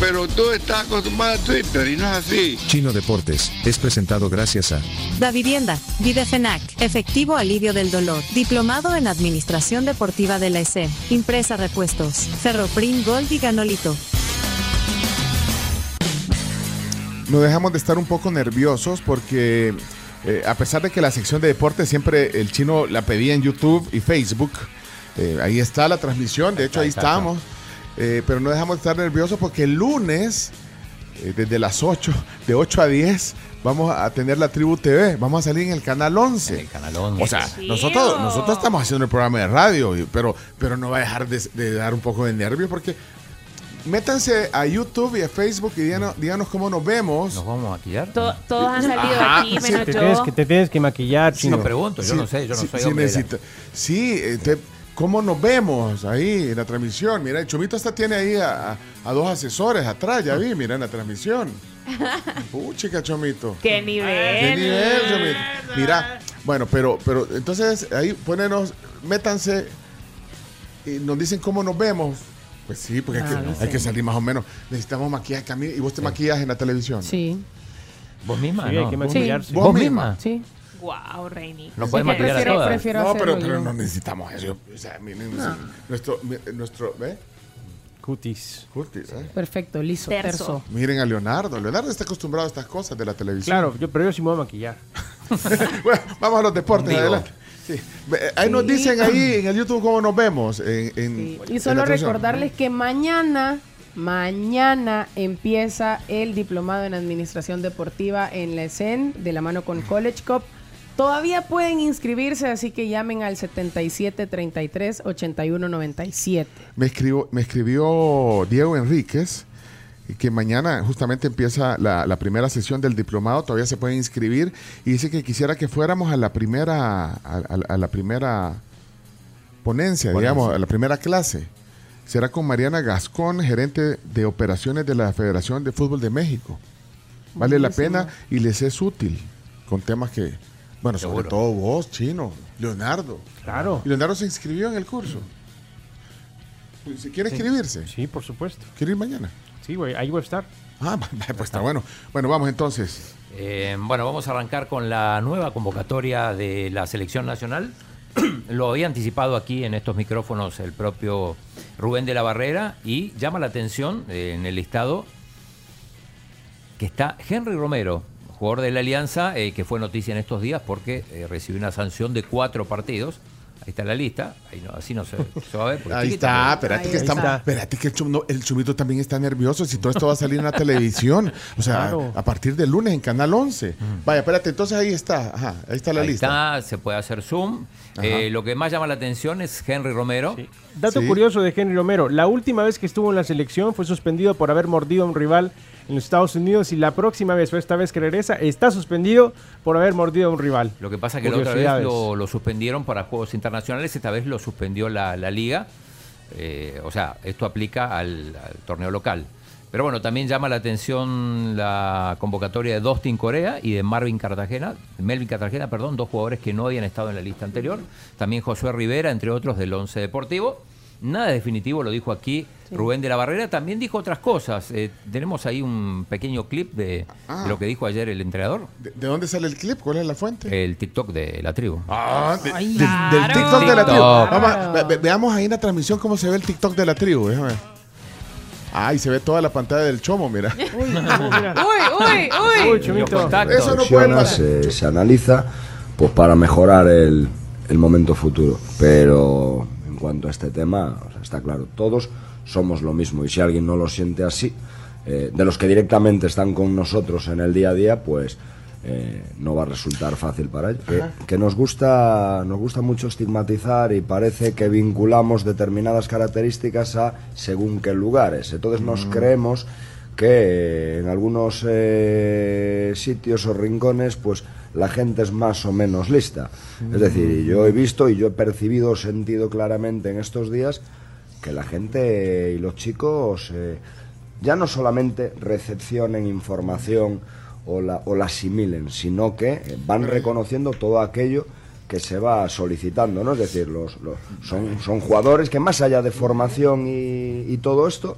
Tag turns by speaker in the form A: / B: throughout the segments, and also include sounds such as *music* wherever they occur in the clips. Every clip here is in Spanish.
A: Pero tú estás acostumbrado a Twitter y no es así.
B: Chino Deportes es presentado gracias a
C: Da Vivienda, Videfenac, Efectivo Alivio del Dolor, Diplomado en Administración Deportiva de la E ESEM, Impresa Repuestos, Ferroprim Gold y Ganolito.
D: No dejamos de estar un poco nerviosos porque eh, a pesar de que la sección de deportes siempre el chino la pedía en YouTube y Facebook, eh, ahí está la transmisión, de hecho ahí estamos. Eh, pero no dejamos de estar nerviosos porque el lunes, eh, desde las 8, de 8 a 10, vamos a tener la Tribu TV. Vamos a salir en el canal 11.
E: El canalón.
D: O sea, nosotros, nosotros estamos haciendo el programa de radio, y- pero, pero no va a dejar de, de dar un poco de nervio porque métanse a YouTube y a Facebook y díganos, díganos cómo nos vemos.
E: ¿Nos vamos a maquillar?
F: To- todos han salido aquí, menos
G: Te
F: yo.
G: tienes, que, te tienes que maquillar,
E: Sí, no
G: chino.
E: pregunto, yo
D: Sí,
E: no sé, yo no
D: sí,
E: soy
D: sí
E: hombre. de la-
D: necesita- Sí, entonces, ¿cómo nos vemos ahí en la transmisión? Mira, el Chomito hasta tiene ahí a, a- a dos asesores atrás, ya vi, mira en la transmisión. Uh, chica Chomito.
F: ¡Qué nivel!
D: ¿Qué nivel, Chomito? Mira, bueno, pero, pero entonces ahí ponenos, métanse y nos dicen cómo nos vemos. Pues sí, porque hay, que, hay que salir más o menos. Necesitamos maquillaje, Camila. ¿Y vos te maquillas en la televisión?
H: Sí,
E: Vos misma,
G: Sí, hay
E: ¿no?
G: que
E: Vos,
G: maquillarse.
D: ¿Vos
G: Ah.
E: misma.
H: sí.
F: Wow, Reini.
E: No podemos maquillar a
H: prefiero,
E: todas.
H: prefiero
D: No,
H: hacerlo
D: pero, pero
H: yo.
D: no necesitamos eso. O sea, miren, nuestro, nuestro, ¿eh?
G: Cutis.
D: Curtis, ¿eh?
H: Perfecto, liso, terzo.
F: Terzo.
D: Miren a Leonardo. Leonardo está acostumbrado a estas cosas de la televisión.
G: Claro, yo, pero yo sí me voy a maquillar.
D: *laughs* Bueno, vamos a los deportes,
E: Digo.
D: adelante. Sí. Ve, eh, Ahí nos dicen ahí en el YouTube cómo nos vemos. en- en-
H: Sí.
D: en
H: Y solo
D: la transmisión.
H: recordarles que mañana, mañana empieza el diplomado en administración deportiva en la ESEN de la mano con College Cup. Todavía pueden inscribirse, así que llamen al 77 33 81 97.
D: Me, escribo, me escribió Diego Enríquez y que mañana justamente empieza la, la primera sesión del diplomado, todavía se pueden inscribir y dice que quisiera que fuéramos a la primera a, a- a la primera ponencia, digamos, a la primera clase. Será con Mariana Gascón, gerente de operaciones de la Federación de Fútbol de México. Vale la pena y les es útil con temas que, bueno, sobre
E: Seguro.
D: todo Oh, vos, chino, Leonardo.
G: Claro.
D: Y Leonardo se inscribió en el curso. Si quiere inscribirse,
G: Pues, Sí, por supuesto.
D: quiere ir mañana.
G: Sí, güey, ahí voy a estar.
D: Ah, *laughs* pues está bueno. Bueno, vamos entonces.
E: Eh, bueno, vamos a arrancar con la nueva convocatoria de la selección nacional. *clears throat* Lo había anticipado aquí en estos micrófonos el propio Rubén de la Barrera y llama la atención eh, en el listado que está Henry Romero, jugador de la Alianza, eh, que fue noticia en estos días porque eh, recibió una sanción de cuatro partidos. Ahí está la lista, Ahí no- así no se, se va a ver. porque
D: Ahí
E: chiquita,
D: está,
E: pero-
D: espérate
H: Ahí
D: que
H: está.
D: está, espérate que el, chum- no, el chumito también está nervioso si todo esto va a salir en la televisión. O sea,
G: Claro.
D: a partir del lunes en Canal 11. Vaya, espérate, entonces ahí está, ajá, ahí está la
E: Ahí
D: lista.
E: está, se puede hacer zoom.
D: Ajá.
E: Eh, lo que más llama la atención es Henry Romero.
G: Dato
D: Sí.
G: curioso de Henry Romero. La última vez que estuvo en la selección fue suspendido por haber mordido a un rival en los Estados Unidos y la próxima vez o esta vez que regresa está suspendido por haber mordido a un rival.
E: Lo que pasa es que la otra vez
G: Curiosidades.
E: lo, lo suspendieron para Juegos Internacionales, esta vez lo suspendió la, la liga. Eh, o sea, esto aplica al, al torneo local. Pero bueno, también llama la atención la convocatoria de Dustin Corea y de Marvin Cartagena, Melvin Cartagena, perdón, dos jugadores que no habían estado en la lista anterior. También Josué Rivera, entre otros, del Once Deportivo. Nada definitivo, lo dijo aquí Rubén de la Barrera. También dijo otras cosas. Eh, tenemos ahí un pequeño clip de,
D: Ah.
E: de lo que dijo ayer el entrenador,
D: ¿De, de dónde sale el clip? ¿Cuál es la fuente?
E: el TikTok de la tribu.
D: Ah, de-
F: Ay,
D: del-
F: claro.
D: del TikTok de la tribu.
E: TikTok.
D: Vamos a- ve- ve- veamos ahí en la transmisión cómo se ve el TikTok de la tribu. Déjame ver. Ay, se ve toda la pantalla del chomo, mira.
G: Uy, mira.
F: Uy, uy,
G: Uy,
F: uy.
G: Chumito.
E: contactos.
D: Eso no puede pasar.
I: se, se analiza pues para mejorar el, el momento futuro. Pero en cuanto a este tema, o sea, está claro, todos somos lo mismo y si alguien no lo siente así, eh, de los que directamente están con nosotros en el día a día, pues eh, no va a resultar fácil para ellos. Que, que nos gusta, nos gusta mucho estigmatizar y parece que vinculamos determinadas características a según qué lugares. Entonces nos creemos que en algunos eh, sitios o rincones, pues la gente es más o menos lista. Es decir, yo he visto y yo he percibido, sentido claramente en estos días que la gente y los chicos eh, ya no solamente recepcionen información o la, o la asimilen, sino que eh, van reconociendo todo aquello que se va solicitando, ¿no? Es decir, los, los- son, son jugadores que más allá de formación y, y todo esto,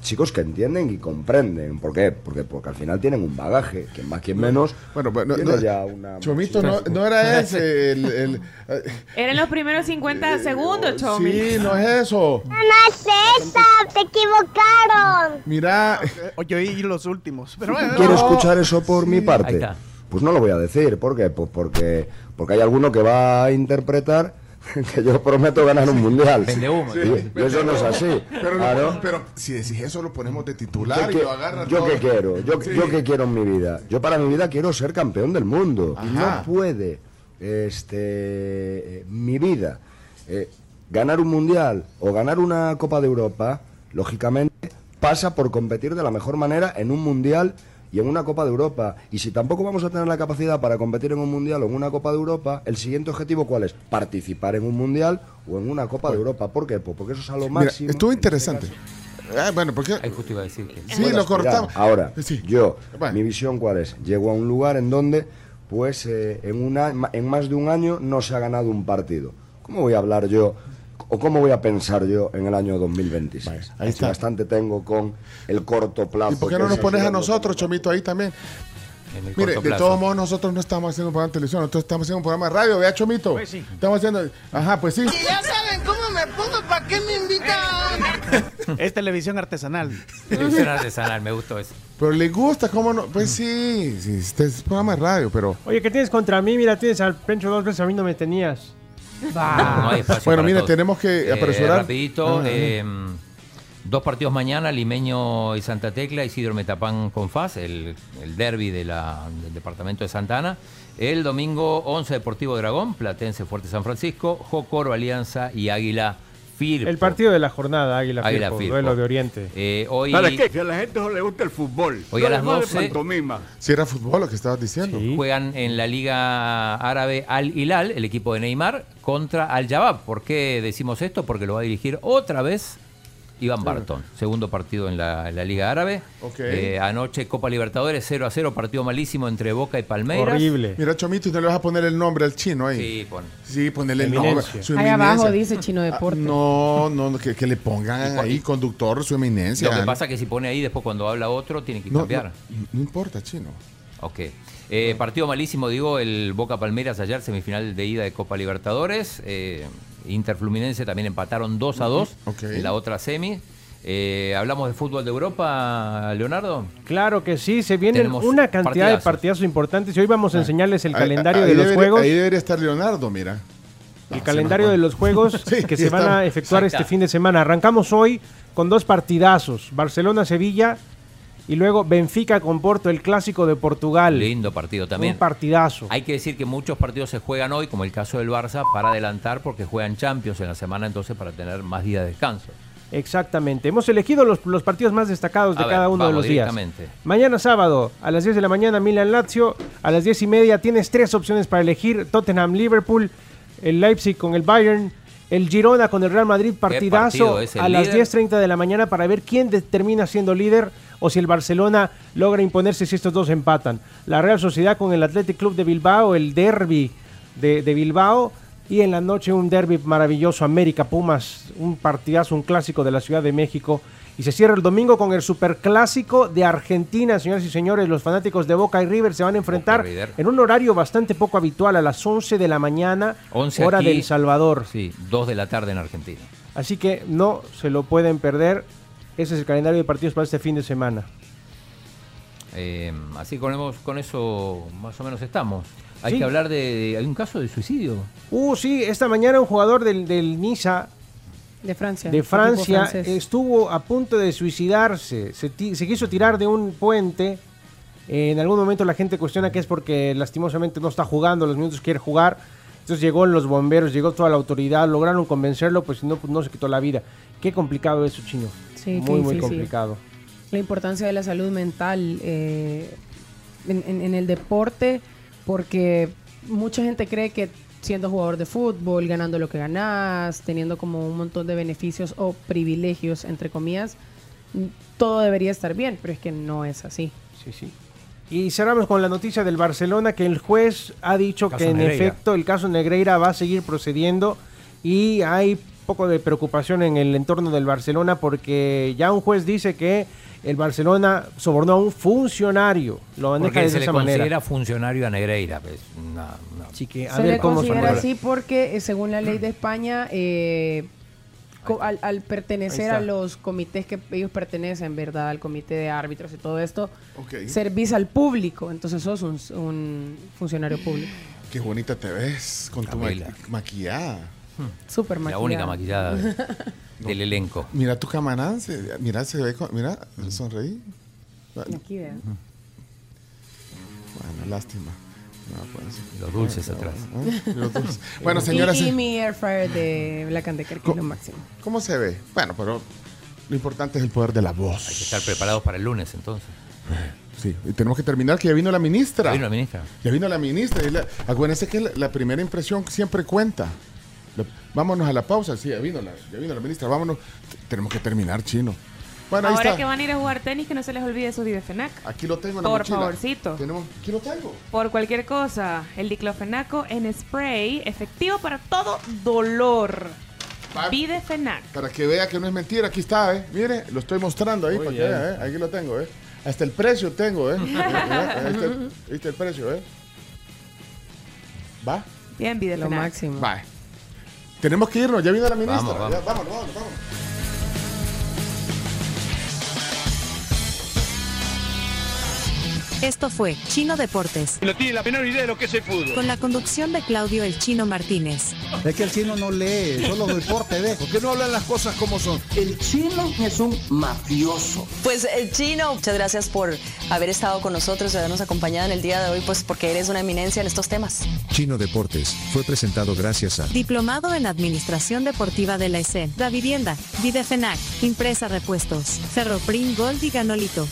I: chicos que entienden y comprenden. ¿Por qué? Porque, porque al final tienen un bagaje, que más que menos
D: bueno, bueno,
I: tiene
D: no-
I: ya una...
D: Chomito, no,
I: mochila.
D: no era ese. El, el- eh,
F: Eran los primeros 50 segundos, Chomi.
D: sí, no es eso.
J: No es esa, te equivocaron.
K: Ah,
D: Mira.
L: Eh,
K: eh,
M: Yo oí los últimos. Pero bueno,
I: Quiero
M: no.
I: escuchar eso por mi
M: Ahí
I: parte.
M: está.
I: Pues no lo voy a decir, ¿por qué? Pues porque, porque hay alguno que va a interpretar *laughs* que yo prometo ganar un mundial. Sí, y eso no es así.
K: Pero,
I: Claro.
K: pero si decís eso, lo ponemos de
I: ¿Yo
K: titular y
I: qué-
K: lo agarra
I: yo
K: todo.
I: qué quiero? Yo,
K: Sí.
I: yo qué quiero en mi vida? Yo para mi vida quiero ser campeón del mundo. Y
K: Ajá.
I: no puede este, eh, mi vida eh, ganar un mundial o ganar una Copa de Europa, lógicamente, pasa por competir de la mejor manera en un mundial y en una Copa de Europa. Y si tampoco vamos a tener la capacidad para competir en un mundial o en una Copa de Europa, el siguiente objetivo ¿cuál es? Participar en un mundial o en una Copa de Europa. ¿Por qué? Pues porque eso es a lo
D: Mira,
I: máximo.
D: estuvo
K: este
D: interesante. Ah, bueno, porque.
E: justo iba a decir que.
D: Sí, lo cortamos.
I: Ahora, yo, mi visión cuál es? Llego a un lugar en donde, pues, eh, en, una, ma- en más de un año no se ha ganado un partido. ¿Cómo voy a hablar yo o cómo voy a pensar yo en el año 2026? Así
D: está.
I: Bastante tengo con el corto plazo.
D: ¿Por qué
I: que
D: no nos
I: es
D: pones a
I: haciendo-
D: nosotros, Chomito, ahí también?
I: en el
D: Mire,
I: corto
D: de
I: plazo?
D: todos modos nosotros no estamos haciendo un programa de televisión, nosotros estamos haciendo un programa de radio, vea Chomito. Estamos haciendo, ajá, pues sí.
M: Si ya saben cómo me pongo, ¿para qué me invitan?
N: Es televisión artesanal.
E: Televisión artesanal, me gustó eso.
D: Pero le gusta, ¿cómo no? Pues sí, sí, este es programa de radio, pero
G: Oye, ¿qué tienes contra mí? Mira, tienes al Pencho dos veces, a mí no me tenías.
E: No hay espacio
D: Bueno,
E: para
D: mire,
E: todos. Eh,
D: tenemos que apresurar.
E: Rapidito,
D: Ah,
E: eh, dos partidos mañana, Limeño y Santa Tecla, Isidro Metapán con FAS, el, el derby de la- del departamento de Santana. El domingo 11 Deportivo Dragón, Platense Fuerte San Francisco, Jocoro Alianza y Águila Firpo.
G: El partido de la jornada, Águila,
E: Águila
G: Firpo,
E: Firpo.
G: duelo de Oriente.
E: Eh, hoy,
G: ¿Para qué?
L: Que a la gente no le gusta el fútbol.
E: Hoy
L: No
E: a
L: le
E: las
L: vale
E: 12.
L: pantomima.
D: si era fútbol lo que estabas diciendo.
E: Juegan en la Liga Árabe Al Hilal, el equipo de Neymar, contra Al Jabab. ¿Por qué decimos esto? Porque lo va a dirigir otra vez Iván Barton. Segundo partido en la, en la Liga Árabe.
D: Ok.
E: Eh, anoche Copa Libertadores 0 a 0, partido malísimo entre Boca y Palmeiras.
D: Mira, Chomito, y no le vas a poner el nombre al chino ahí.
E: Sí, pon.
D: Sí, ponele el
E: Eminencia.
D: nombre.
H: Ahí abajo
D: eminencia.
H: dice Chino
D: Ah,
H: Deporte.
D: no, no, que, que le pongan ahí conductor su eminencia.
E: Lo que pasa es que si pone ahí, después cuando habla otro, tiene que
D: no, no,
E: cambiar.
D: no importa, chino.
E: Ok. Eh, partido malísimo, digo, el Boca Palmeras ayer, semifinal de ida de Copa Libertadores. Eh, Inter Fluminense también empataron 2 a 2
D: Ok.
E: en la otra semi. Eh, ¿Hablamos de fútbol de Europa, Leonardo?
G: Claro que sí, se vienen
E: Tenemos
G: una cantidad de
E: partidazos.
G: partidazos importantes y hoy vamos a enseñarles el
D: Ahí-
G: calendario
D: ahí
G: de los
D: debería-
G: juegos.
D: Ahí debería estar Leonardo, mira.
G: El calendario de los juegos
D: Sí,
G: que
D: sí
G: se van
D: está.
G: a efectuar
D: Ahí está.
G: este fin de semana. Arrancamos hoy con dos partidazos, Barcelona-Sevilla y luego Benfica con Porto, el clásico de Portugal.
E: Lindo partido también.
G: Un partidazo.
E: Hay que decir que muchos partidos se juegan hoy, como el caso del Barça, para adelantar porque juegan Champions en la semana, entonces para tener más días de descanso.
G: Exactamente. Hemos elegido los, los partidos más destacados de
E: A ver,
G: cada uno de
E: vamos
G: los días.
E: directamente.
G: Mañana sábado, a las 10 de la mañana, Milan-Lazio. A las 10 y media tienes tres opciones para elegir. Tottenham-Liverpool, el Leipzig con el Bayern, el Girona con el Real Madrid, partidazo.
E: partido es el
G: A las
E: líder?
G: 10.30 de la mañana para ver quién de- termina siendo líder o si el Barcelona logra imponerse si estos dos empatan. La Real Sociedad con el Athletic Club de Bilbao, el derby de, de Bilbao. Y en la noche un derby maravilloso, América Pumas, un partidazo, un clásico de la Ciudad de México. Y se cierra el domingo con el superclásico de Argentina, señoras y señores. Los fanáticos de Boca y River se van a enfrentar
E: Boca y River.
G: en un horario bastante poco habitual, a las 11 de la mañana,
E: 11
G: hora
E: aquí,
G: del Salvador.
E: Sí, 2 de la tarde en Argentina.
G: Así que no se lo pueden perder. Ese es el calendario de partidos para este fin de semana.
E: Eh, así con, hemos- con eso más o menos estamos. Hay
G: Sí.
E: que hablar de, de- Hay un caso de suicidio.
G: Uh, sí, esta mañana un jugador del, del Niza
H: De Francia.
G: de Francia
H: Equipo francés.
G: estuvo a punto de suicidarse. Se, ti- se quiso tirar de un puente. En algún momento la gente cuestiona que es porque lastimosamente no está jugando, los minutos quiere jugar. Entonces llegó los bomberos, llegó toda la autoridad, lograron convencerlo, pues si no, pues no se quitó la vida. Qué complicado eso, chino.
H: Sí, qué
G: muy, muy
H: difícil.
G: complicado.
H: la importancia de la salud mental eh, en, en- en el deporte, porque mucha gente cree que siendo jugador de fútbol, ganando lo que ganás, teniendo como un montón de beneficios o privilegios, entre comillas, n- todo debería estar bien, pero es que no es así.
G: Sí, sí. Y cerramos con la noticia del Barcelona que el juez ha dicho
H: Caso
G: que en
H: Negreira.
G: efecto el caso Negreira va a seguir procediendo y hay poco de preocupación en el entorno del Barcelona porque ya un juez dice que el Barcelona sobornó a un funcionario. Lo maneja
E: Porque
G: de
E: se
G: esa
E: le
G: manera.
E: considera funcionario a Negreira. pues, no, no.
G: a
H: se
G: ver
H: le
G: cómo
H: considera
E: son.
H: así porque eh, según la ley de España eh, co- al, al pertenecer
G: Ahí
H: a
G: está.
H: los comités que ellos pertenecen verdad al comité de árbitros y todo esto
D: Ok.
H: servís al público entonces sos un, un funcionario público
D: Qué bonita te ves con tu maqui- maquillada.
H: súper
E: La
H: maquillado.
E: única maquillada de-
G: *laughs*
E: del elenco.
D: Mira tu camarán, se- mira, se ve, con- mira, sonreí. Bueno,
H: Aquí, ¿verdad?
D: lástima. No, pues.
E: Los dulces atrás.
D: Ah, los
E: *laughs*
D: dulces. Bueno, señoras,
H: y, y mi air fryer de Black and Decker que es lo máximo
D: ¿cómo se ve? Bueno, pero lo importante es el poder de la voz.
E: Hay que estar preparados para el lunes entonces.
D: Sí, y tenemos que terminar que ya vino la ministra.
E: Ya vino la ministra.
D: Ya vino la ministra. y la- acuérdense que la, la primera impresión siempre cuenta. La- vámonos a la pausa. Sí, ya vino la, ya vino la ministra. Vámonos. T- tenemos que terminar, chino. Bueno, ahí
F: Ahora
D: está.
F: que van a ir a jugar tenis, que no se les olvide su Didefenac.
D: Aquí lo tengo en la
F: Por
D: mochila.
F: favorcito.
D: Aquí lo tengo.
F: Por cualquier cosa, el diclofenaco en spray, efectivo para todo dolor. Videfenac.
D: Para que vea que no es mentira, aquí está, ¿eh? Mire, lo estoy mostrando ahí,
G: Muy
D: para que
G: bien.
D: vea, ¿eh? Aquí lo tengo, ¿eh? Hasta el precio tengo,
F: *laughs*
D: ¿eh? Mira, ¿Viste el, viste el precio, ¿eh? ¿Va?
F: Bien, Videfenac.
H: Lo máximo.
D: Va. Tenemos que irnos, ya vino la ministra.
E: Vamos,
D: ya,
E: vamos.
D: vámonos, vámonos, vámonos.
C: Esto fue Chino Deportes,
O: No tiene la menor idea de lo que es el fútbol.
C: con la conducción de Claudio El Chino Martínez.
P: Es que el chino no lee, solo deporte ve. ¿Por qué no hablan las cosas como son? El chino es un mafioso.
Q: Pues eh, Chino, muchas gracias por haber estado con nosotros y habernos acompañado en el día de hoy, pues porque eres una eminencia en estos temas.
B: Chino Deportes fue presentado gracias a
C: Diplomado en Administración Deportiva E de la ESEN, Da Vivienda, Videfenac, Impresa Repuestos, Ferroprim Gold y Ganolito.